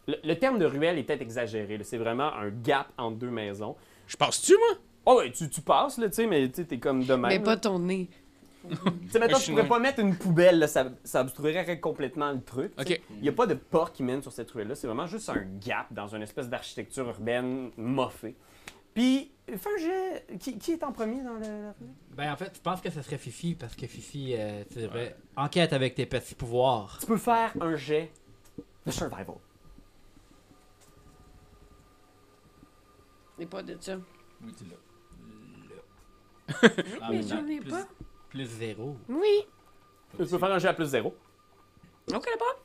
A: le, le terme de ruelle est peut-être exagéré. là, C'est vraiment un gap entre deux maisons.
C: Je passe-tu, moi?
A: Oh, ouais, tu, tu passes, là, tu sais, mais tu sais, t'es comme de
B: Ben,
A: même.
E: Mais
A: là.
E: pas ton nez.
A: Tu sais, mettons,
C: Je
A: tu
C: suis
A: pourrais
C: loin.
A: pas mettre une poubelle, là, ça, ça obstruirait complètement le truc. tu sais.
C: Ok.
A: Il n'y a pas de port qui mène sur cette ruelle-là, c'est vraiment juste un gap dans une espèce d'architecture urbaine moffée. Puis, fais un jet. Qui, qui est en premier dans le. la ruelle?
B: Ben, en fait, je pense que ça serait Fifi, parce que Fifi, euh, tu devrais- Enquête avec tes petits pouvoirs.
A: Tu peux faire un jet de survival.
E: C'est pas de ça.
B: Oui, tu l'as.
E: [laughs] Mais j'en ai pas.
B: Ah, Plus zéro.
E: Oui.
A: Tu peux faire un jet à plus zéro.
E: Ok, là-bas.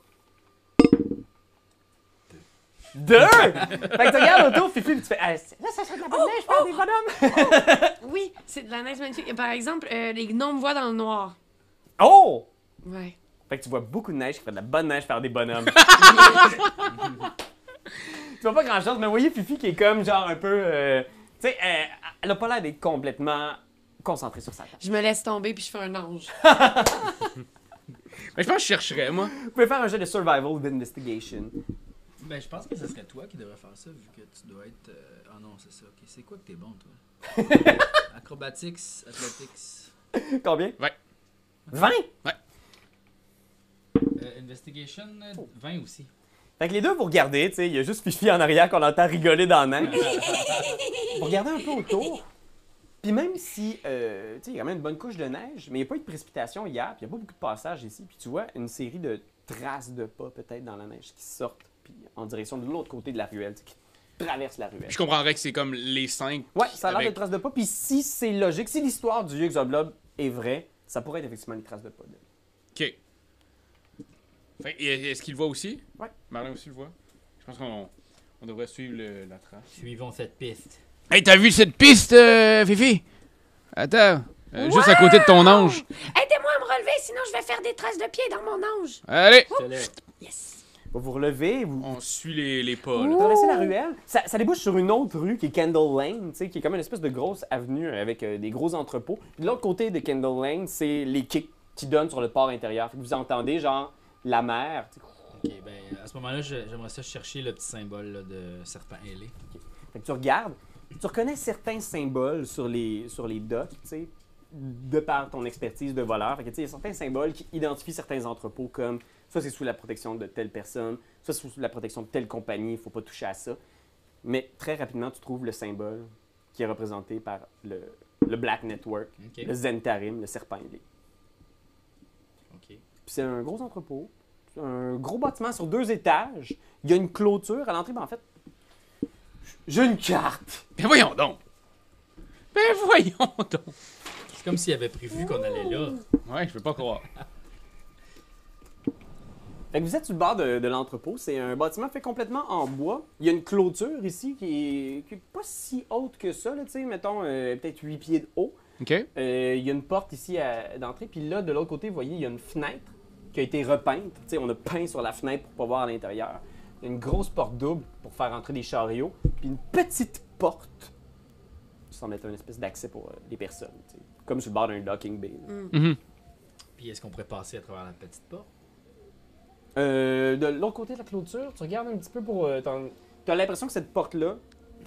A: Deux! fait que tu regardes autour, Fifi, puis tu fais. Ah, c'est-
F: Là, ça serait de la
E: Oh,
F: neige.
E: oh,
A: des bonhommes!
E: Oui, c'est de la neige magnifique. Par exemple, euh, les gnomes voient dans le noir.
A: Oh!
E: Ouais.
A: Fait que tu vois beaucoup de neige qui fait de la bonne neige faire des bonhommes. tu vois pas grand chose, mais voyez Fifi qui est comme genre un peu. euh, tu sais, euh, elle a pas l'air d'être complètement concentrée sur sa tâche.
E: Je me laisse tomber puis je fais un ange.
C: Mais Ben, je pense que je chercherais, moi.
A: Vous pouvez faire un jeu de survival ou d'investigation.
B: Ben, je pense que ce serait toi qui devrais faire ça, vu que tu dois être. Ah non, c'est ça. C'est quoi que t'es bon, [laughs] toi Acrobatics, athletics.
A: Combien?
C: Ouais.
A: 20!
B: Euh, investigation, 20 aussi.
A: Fait que les deux, vous regardez, tu sais, il y a juste Fifi en arrière qu'on entend rigoler dans la neige. vous regardez un peu autour. Puis même si, euh, tu sais, il y a quand même une bonne couche de neige, mais il n'y a pas eu de précipitation hier, puis il n'y a pas beaucoup de passages ici. Puis tu vois une série de traces de pas peut-être dans la neige qui sortent puis en direction de l'autre côté de la ruelle, tu sais, qui traversent la ruelle.
C: Je comprendrais que c'est comme les cinq.
A: Ouais, ça a l'air
C: avec-
A: des traces de pas. Puis si c'est logique, si l'histoire du vieux Xoblob est vraie, ça pourrait être effectivement des traces de pas. là.
C: Ok. Fait que, et- est-ce qu'il le voit aussi?
A: Ouais.
C: Marlin aussi le voit? Je pense qu'on on devrait suivre le- la trace.
B: Suivons cette piste.
C: Hey, t'as vu cette piste, euh, Fifi? Attends. euh, Juste à côté de ton ange.
D: Aidez-moi à me relever, sinon je vais faire des traces de pieds dans mon ange!
C: Allez!
B: Je te lève.
A: Vous vous relevez, vous,
C: On suit les, les pas, là.
A: Vous traversez la ruelle, ça, ça débouche sur une autre rue qui est Kendall Lane, tu sais, qui est comme une espèce de grosse avenue avec euh, des gros entrepôts. Puis de l'autre côté de Kendall Lane, c'est les kicks qui donnent sur le port intérieur. Fait que vous entendez genre la mer. tu sais.
B: Ok, ben, à ce moment-là, je- j'aimerais ça chercher le petit symbole là, de serpent ailé.
A: Fait que tu regardes, tu reconnais certains symboles sur les, sur les docks, tu sais, de par ton expertise de voleur. Fait que, tu sais, il y a certains symboles qui identifient certains entrepôts comme Soit c'est sous la protection de telle personne, soit c'est sous la protection de telle compagnie, il faut pas toucher à ça. Mais très rapidement, tu trouves le symbole qui est représenté par le, le Black Network,
B: Ok.
A: le Zentarim, le serpent ailé.
B: Ok.
A: Puis c'est un gros entrepôt, C'est un gros bâtiment sur deux étages. Il y a une clôture à l'entrée, mais en fait, j'ai une carte.
C: Ben voyons donc! Ben voyons [laughs] donc!
B: C'est comme s'il avait prévu qu'on allait là.
C: Ouais, je peux pas croire.
A: Fait que vous êtes sur le bord de, de l'entrepôt. C'est un bâtiment fait complètement en bois. Il y a une clôture ici qui est, qui est pas si haute que ça, là, tu sais, mettons euh, peut-être 8 pieds de haut.
C: OK?
A: Euh, il y a une porte ici à- d'entrée. Puis là, de l'autre côté, vous voyez, il y a une fenêtre qui a été repeinte. Tu sais, on a peint sur la fenêtre pour pas voir à l'intérieur. Il y a une grosse porte double pour faire entrer les chariots. Puis une petite porte qui semble être une espèce d'accès pour euh, les personnes. tu sais. Comme sur le bord d'un docking bay. là.
B: Puis est-ce qu'on pourrait passer à travers la petite porte?
A: Euh, de l'autre côté de la clôture, tu regardes un petit peu pour. euh, t'en- T'as l'impression que cette porte-là,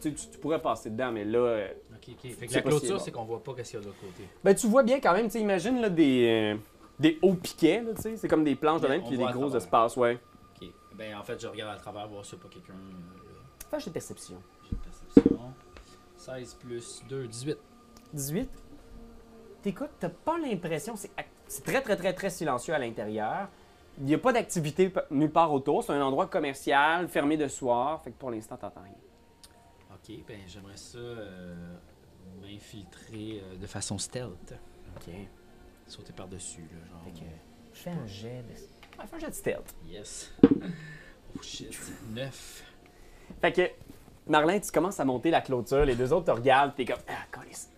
A: tu, tu- tu pourrais passer dedans, mais là. euh,
B: Ok, ok. Fait que
A: C'est
B: la
A: pas si
B: clôture,
A: bon.
B: c'est qu'on voit pas qu'est-ce qu'il y a de l'autre côté.
A: Ben, tu vois bien quand même, tu sais, imagine là, des, euh, des hauts piquets, là, tu sais, c'est comme des planches de
B: Mais
A: même,
B: on
A: puis il y a
B: voit
A: des
B: à
A: gros
B: travers.
A: espaces, ouais.
B: Ok. Ben, en fait, je regarde à travers voir s'il n'y a pas quelqu'un. euh, là.
A: Fais un jet de perception.
B: J'ai une perception. 16 plus 2, 18.
A: 18. T'écoutes, t'as pas l'impression, c'est ac- c'est très très très très silencieux à l'intérieur. Il n'y a pas d'activité p- nulle part autour, c'est un endroit commercial, fermé de soir, fait que pour l'instant, t'entends rien.
B: Ok, ben, j'aimerais ça euh, m'infiltrer euh, de façon stealth.
A: Ok.
B: Sauter par-dessus, là, genre.
A: Ok. Je fais un jet de. Ouais, fais un jet de stealth.
B: euh, yes. Oh shit. 9.
A: Fait que, Marlin, tu commences à monter la clôture, les deux autres te regardent, t'es comme, ah, câlisse.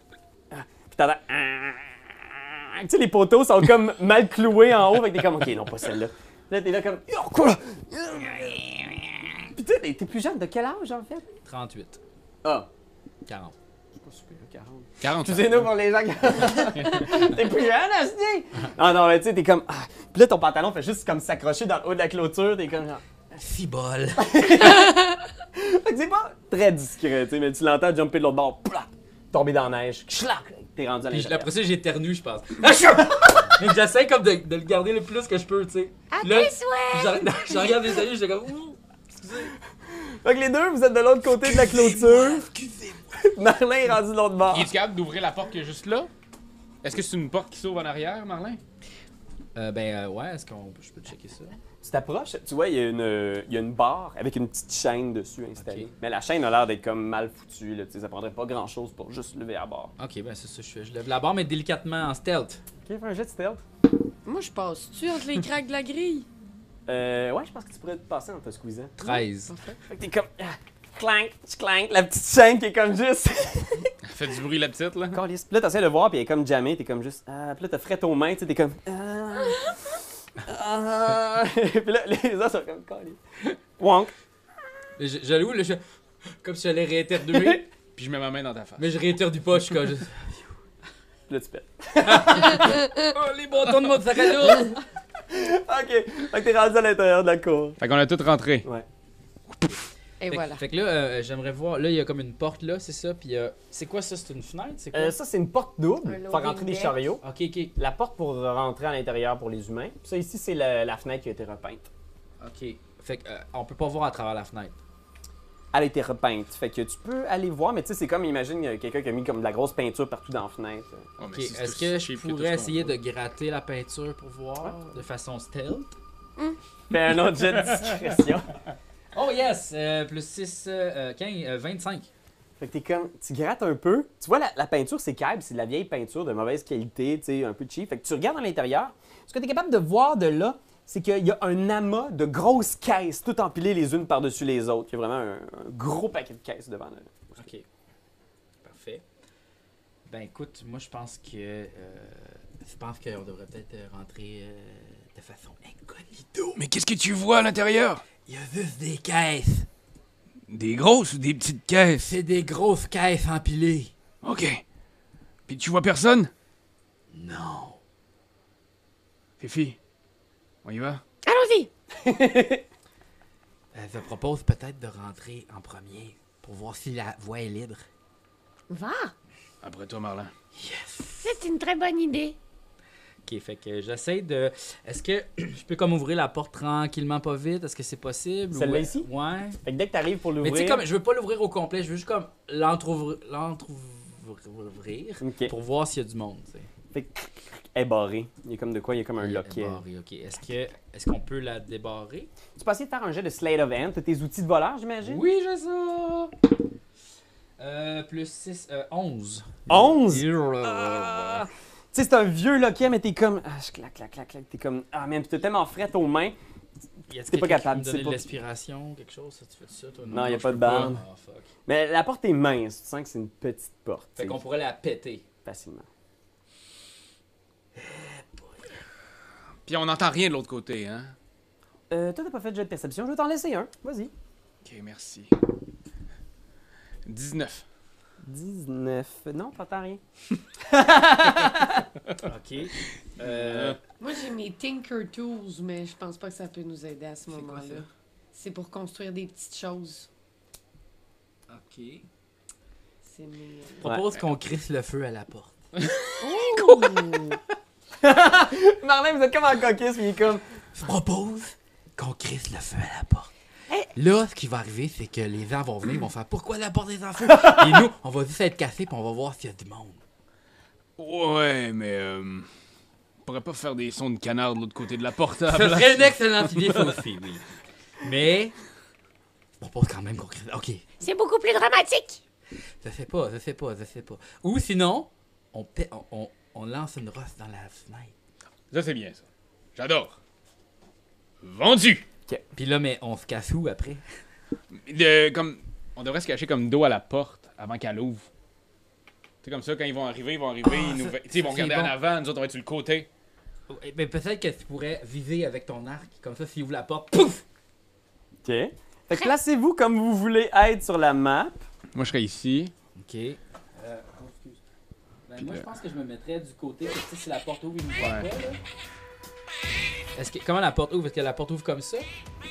A: Ah. Puis t'entends, Ah. tu sais, les poteaux sont comme mal cloués en haut, fait que t'es comme, ok, non, pas celle-là. Là, t'es là comme, oh, quoi? Puis tu sais, t'es- t'es plus jeune, de quel âge en fait?
B: 38.
A: Ah,
B: 40.
A: je suis pas super, 40.
C: 40
A: Excusez-nous pour les gens qui- [laughs] T'es plus jeune, Asti! Ah non, mais tu sais, t'es comme, ah. Puis là, ton pantalon fait juste comme s'accrocher dans le haut de la clôture, t'es comme, ah. genre,
B: Fibol.
A: Fait que c'est pas très discret, tu sais, mais tu l'entends jumper de l'autre bord, plop, tomber dans la neige, chlac, t'es rendu à
B: [laughs] Puis
A: l'intérieur.
B: après ça, j'éternue, Ah, je pense. [laughs] Mais j'essaie comme de, de le garder le plus que je peux, tu sais. Puis Là, j'arrête- [laughs] je regarde les amis, j'étais comme. Ouh.
A: Fait que les deux, vous êtes de l'autre côté de la clôture. [laughs] Marlin est rendu de l'autre bord.
C: Il est capable d'ouvrir la porte qui est juste là? Est-ce que c'est une porte qui s'ouvre en arrière, Marlin?
B: Euh, ben, euh, ouais, est-ce qu'on je peux checker ça?
A: Tu t'approches, tu vois, il y, a une, il y a une barre avec une petite chaîne dessus installée.
B: Ok.
A: Mais la chaîne a l'air d'être comme mal foutue, là, tu sais, ça prendrait pas grand-chose pour juste lever la barre.
B: Ok, ben, c'est ça, je fais. Je lève la barre, mais délicatement en stealth.
A: Ok, fais un jet de stealth.
D: Moi, je passe-tu entre les craques de la grille?
A: Euh, ouais, je pense que tu pourrais te passer en te squeezant.
B: 13.
A: Fait que t'es comme, ah, clank, clank, la petite chaîne qui est comme juste...
C: Fait du bruit la petite, là.
A: Câlisse. Puis là, t'essaies de le voir, puis elle est comme jamais, t'es comme juste. Ah, puis là, t'as fret aux mains, tu sais, t'es comme. Ah. Ah. [laughs] puis là, les autres sont comme. câlisse. Wonk.
B: Je- J'allais où, là? Je... Comme si j'allais [laughs] rééternuer.
C: Puis je mets ma main dans ta face.
B: mais je rééternue pas, je suis comme. juste,
A: Puis là, tu pètes. [laughs]
B: Oh, les bâtons de mon sac à [laughs] dos!
A: OK. Fait que t'es rendu à l'intérieur de la cour.
C: Fait qu'on a tout rentré.
A: Ouais.
E: Et
B: Fait-
E: voilà.
B: Fait que là, euh, j'aimerais voir. Là, il y a comme une porte, là, c'est ça. Puis, euh, c'est quoi ça? C'est une fenêtre? C'est quoi?
A: Euh, ça, c'est une porte double
E: Un
A: pour faire
E: loading
A: rentrer des
E: deck.
A: chariots.
B: ok, ok.
A: La porte pour rentrer à l'intérieur pour les humains. Puis ça, ici, c'est la, la fenêtre qui a été repeinte.
B: Ok. Fait que, euh, on peut pas voir à travers la fenêtre.
A: Elle a été repeinte. Fait que tu peux aller voir, mais tu sais, c'est comme, imagine, euh, quelqu'un qui a mis comme de la grosse peinture partout dans la fenêtre.
B: Ok, est-ce que je pourrais essayer de gratter la peinture pour voir de façon stealth?
A: Fais un autre jet de discrétion.
B: Oh yes! Euh, plus 6, 15, euh, 25.
A: Fait que t'es comme, tu grattes un peu. Tu vois, la, la peinture, c'est câble, c'est de la vieille peinture de mauvaise qualité, tu sais, un peu cheap. Fait que tu regardes à l'intérieur. Ce que tu es capable de voir de là, c'est qu'il y a un amas de grosses caisses, toutes empilées les unes par-dessus les autres. Il y a vraiment un, un gros paquet de caisses devant le.
B: Ok. Parfait. Ben écoute, moi je pense que. euh, je pense qu'on devrait peut-être euh, rentrer euh, de façon incognito.
C: Mais qu'est-ce que tu vois à l'intérieur?
B: Il y a juste des caisses.
C: Des grosses ou des petites caisses?
B: C'est des grosses caisses empilées.
C: Ok. Puis tu vois personne?
B: Non.
C: Fifi, on y va?
D: Allons-y!
B: Euh, je propose peut-être de rentrer en premier pour voir si la voie est libre.
D: Va!
C: Après toi, Marlin.
B: Yes!
D: C'est une très bonne idée.
B: Ok, Ok, fait que j'essaie de. Est-ce que je peux comme ouvrir la porte tranquillement, pas vite Est-ce que c'est possible
A: Celle-là
B: Ou-
A: ici?
B: Ouais.
A: Fait que dès que t'arrives pour
B: Mais
A: l'ouvrir.
B: tu sais, comme je veux pas l'ouvrir au complet, je veux juste comme l'entrouvrir l'entrouvrir
A: Ok.
B: pour voir s'il y a du monde. tu sais.
A: Fait que- Elle est barrée. Il y a comme de quoi, il y a comme un
B: Il y a
A: loquet.
B: barré, ok. Est-ce que est-ce qu'on peut la débarrer
A: Tu peux essayer de faire un jet de Slate of Hand, t'as tes outils de voleur, j'imagine?
B: Oui, j'ai ça. Euh, plus 6, 11.
A: 11?
C: Ah.
A: Tu sais, c'est un vieux loquet, mais t'es comme. Ah, je clac, clac, clac, clac. T'es comme. Ah, man, pis t'es tellement frette aux mains.
B: Y
A: T'es pas
B: a-t-il quelqu'un qui
A: capable,
B: me
A: c'est
B: donnait de
A: pas-
B: l'aspiration, quelque chose Ça, Tu fais ça, toi
A: Non, y a
B: je
A: pas de
B: peux
A: barbe.
B: Ah, fuck.
A: Mais la porte est mince, tu sens que c'est une petite porte. tu
B: Fait
A: sais,
B: qu'on pourrait la péter.
A: Facilement.
C: Puis on n'entend rien de l'autre côté, hein?
A: Euh, toi, t'as pas fait de jet de perception, je vais t'en laisser un. Vas-y.
C: Ok, merci. 19.
A: 19. Non, t'entends [laughs] rien.
B: Ok.
C: Euh,
E: Moi, j'ai mes Tinker Tools, mais je pense pas que ça peut nous aider à ce
B: C'est quoi ça?
E: moment-là. C'est pour construire des petites choses.
B: Ok.
E: C'est mes. euh,
B: Propose qu'on crisse le feu à la porte.
A: Marlène, vous êtes comme en coquisse, mais il est comme.
B: Je propose qu'on crisse le feu à la porte. Là, ce qui va arriver, c'est que les gens vont venir, ils vont faire Pourquoi la porte des enfants Et nous, on va juste être cassés, puis on va voir s'il y a du monde.
C: ouais, mais. Euh, on pourrait pas faire des sons de canard de l'autre côté de la porte. à
B: Ce
C: la place.
B: serait une excellente idée, ça aussi, oui. Mais, je propose quand même qu'on crisse. Ok,
D: C'est beaucoup plus dramatique.
B: je sais pas, je sais pas, je sais pas. Ou sinon, on, pè- on, on- on lance une rosse dans la fenêtre.
C: Ça, c'est bien, ça. J'adore. Vendu!
B: Puis là, mais on se casse où après
C: Le- comme, on devrait se cacher comme dos à la porte avant qu'elle ouvre. C'est comme ça, quand ils vont arriver, ils vont arriver,
B: Ah,
C: ils nous.
B: ça-
C: ve- tu sais, ils vont
B: ça,
C: regarder
B: c'est
C: en
B: bon.
C: avant, nous autres, on va être sur le côté.
B: Eh ben, peut-être que tu pourrais viser avec ton arc. Comme ça, s'il ouvre la porte, pouf
A: Ok. Fait que placez-vous comme vous voulez être sur la map.
C: Moi, je serais ici.
B: Ok. Euh, oh, excuse. Ben, moi, je pense que je me mettrais du côté que tu sais, si la porte ouvre, il nous voit
C: Ouais.
B: pas, là. Est-ce que, comment la porte ouvre? Est-ce que la porte ouvre comme ça?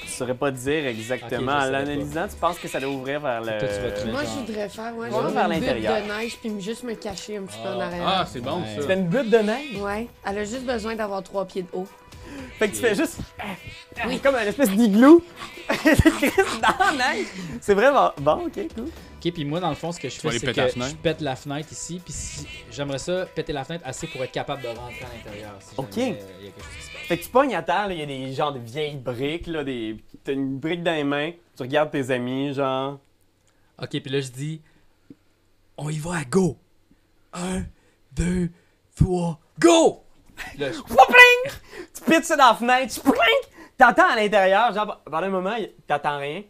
A: Tu saurais pas dire
B: Ok, je
A: exactement. en
B: saurais
A: l'analysant, tu penses que ça doit ouvrir vers le.
B: Toi, tu vas te mettre-
E: Euh, Moi, je voudrais faire, ouais,
A: Moi,
E: genre
A: vers
E: une bulle
A: l'intérieur.
E: de neige, puis me- juste me cacher un petit peu en
C: Ah,
E: arrière.
C: c'est bon,
B: Ouais.
A: Tu
C: ça.
A: fais une butte de
B: Ah.
A: neige.
E: Ouais, elle a juste besoin d'avoir trois pieds de haut.
A: Fait que tu fais juste. Oui. Comme une espèce d'igloo. [laughs] dans la neige. C'est vraiment. Bon, ok, cool.
B: Ok, puis moi, dans le fond, ce que je
C: vas
B: fais,
C: aller
B: c'est
C: péter la
B: que
C: fenêtre?
B: je pète la fenêtre ici, puis si- j'aimerais ça péter la fenêtre assez pour être capable de rentrer à l'intérieur. Si
A: Ok.
B: jamais, euh, il y a quelque chose qui se passe.
A: Fait que tu pognes à terre, là, il y a des genres de vieilles briques, là, des... t'as une brique dans les mains, tu regardes tes amis, genre.
B: Ok, puis là, je dis, on y va à go! Un, deux, trois, go! Là, je-
A: Poupling! Tu pitches ça dans la fenêtre, tu plink! T'entends à l'intérieur, genre, pendant un moment, y- t'entends rien,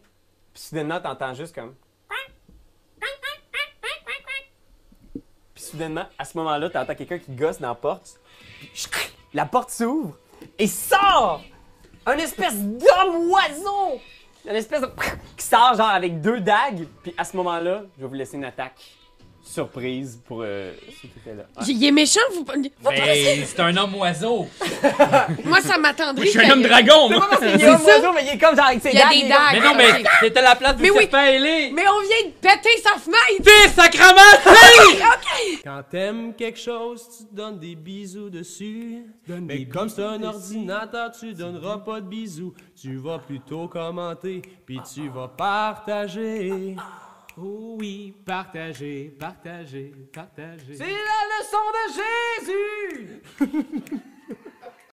A: puis soudainement, t'entends juste comme. Puis soudainement, à ce moment-là, t'entends quelqu'un qui gosse dans la porte, puis la porte s'ouvre et sort! Un espèce d'homme oiseau! Une espèce de. qui sort, genre, avec deux dagues, puis à ce moment-là, je vais vous laisser une attaque surprise pour euh, ceux qui étaient là.
B: Ah.
A: Ouais.
E: Il est méchant, vous.
B: Ben, c'est un homme oiseau!
E: [laughs] Moi, ça m'attendrait.
C: Je suis un homme
E: que-
C: dragon,
A: C'est
C: moi!
A: pas parce qu'il est homme
E: ça.
A: oiseau, mais il est comme genre avec ses
E: Il y a
A: dagues,
E: des
A: il est comme-
E: dagues.
B: Mais non, mais c'était la place du
E: Mais oui.
B: serpent ailé!
E: Mais on vient de péter sa fenêtre! Ah,
B: T'es sacrement
G: Quand t'aimes quelque chose, tu te donnes des bisous dessus. Mais comme c'est un ordinateur, tu donneras pas de bisous. Tu vas plutôt commenter, puis tu vas partager. Oh oui, partager, partager, partager.
A: C'est la leçon de Jésus!